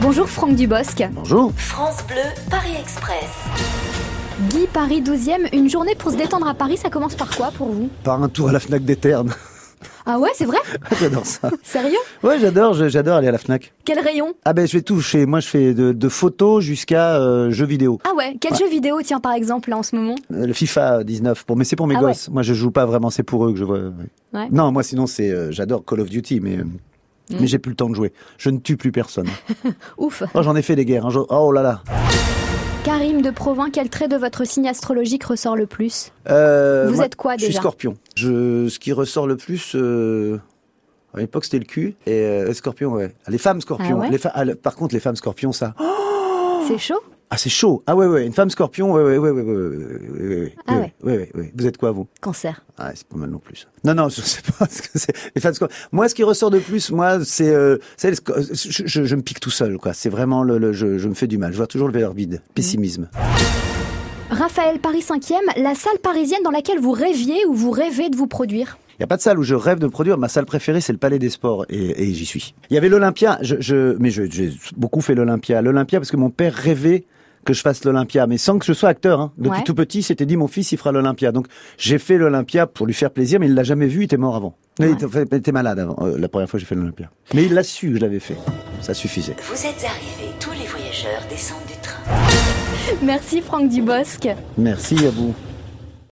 Bonjour Franck Dubosc. Bonjour. France Bleu, Paris Express. Guy, Paris 12e, une journée pour se détendre à Paris, ça commence par quoi pour vous Par un tour à la Fnac des Ternes. Ah ouais, c'est vrai j'adore ça. Sérieux Ouais, j'adore, je- j'adore aller à la Fnac. Quel rayon Ah ben je fais tout, je fais- moi je fais de, de photos jusqu'à euh, jeux vidéo. Ah ouais, quel jeu vidéo tient par exemple là en ce moment Euh, Le FIFA 19, pour, mais c'est pour mes Ah gosses. Moi je joue pas vraiment, c'est pour eux que je vois. oui. Ouais. Mm. Non, moi sinon c'est, euh, j'adore Call of Duty, mais euh, mais j'ai plus le temps de jouer. Je ne tue plus personne. Ouf Oh j'en ai fait des guerres. hein, je- Oh là là. Karim de Provins, quel trait de votre signe astrologique ressort le plus Euh, Vous moi, êtes quoi Je suis déjà Scorpion. Je, ce qui ressort le plus. euh, À l'époque, c'était le cul et euh, Scorpion, ouais. Les femmes Scorpion. Ah ouais les fa- ah, le- par contre, les femmes Scorpion, ça. C'est chaud Ah, c'est chaud. Ah ouais, ouais, une femme scorpion. Ouais, ouais, ouais, ouais, ouais, ouais, ouais, ouais, ouais, ouais, Ah ouais, ouais, ouais, ouais. Vous êtes quoi, vous Cancer. Ah, c'est pas mal non plus. Non, non, je sais pas ce que c'est. Les femmes scorpions. Moi, ce qui ressort de plus, moi, c'est, euh, c'est le sco- je, je- je me pique tout seul, quoi. C'est vraiment le, le- je, je me fais du mal. Je vois toujours le verre vide. Pessimisme. Raphaël Paris 5e, la salle parisienne dans laquelle vous rêviez ou vous rêvez de vous produire Il y a pas de salle où je rêve de produire. Ma salle préférée, c'est le Palais des Sports, et, et j'y suis. Il y avait l'Olympia. Je, je- mais je- j'ai beaucoup fait l'Olympia. L'Olympia parce que mon père rêvait que je fasse l'Olympia, mais sans que je sois acteur. hein. Depuis Ouais. tout petit, c'était dit mon fils, il fera l'Olympia. Donc j'ai fait l'Olympia pour lui faire plaisir, mais il l'a jamais vu. Il était mort avant. Il était- enfin, Il était malade avant euh, la première fois que j'ai fait l'Olympia. Mais il l'a su que je l'avais fait. Ça suffisait. Vous êtes arrivés, tous les voyageurs descendent du train. Merci Franck Dubosc. Merci à vous.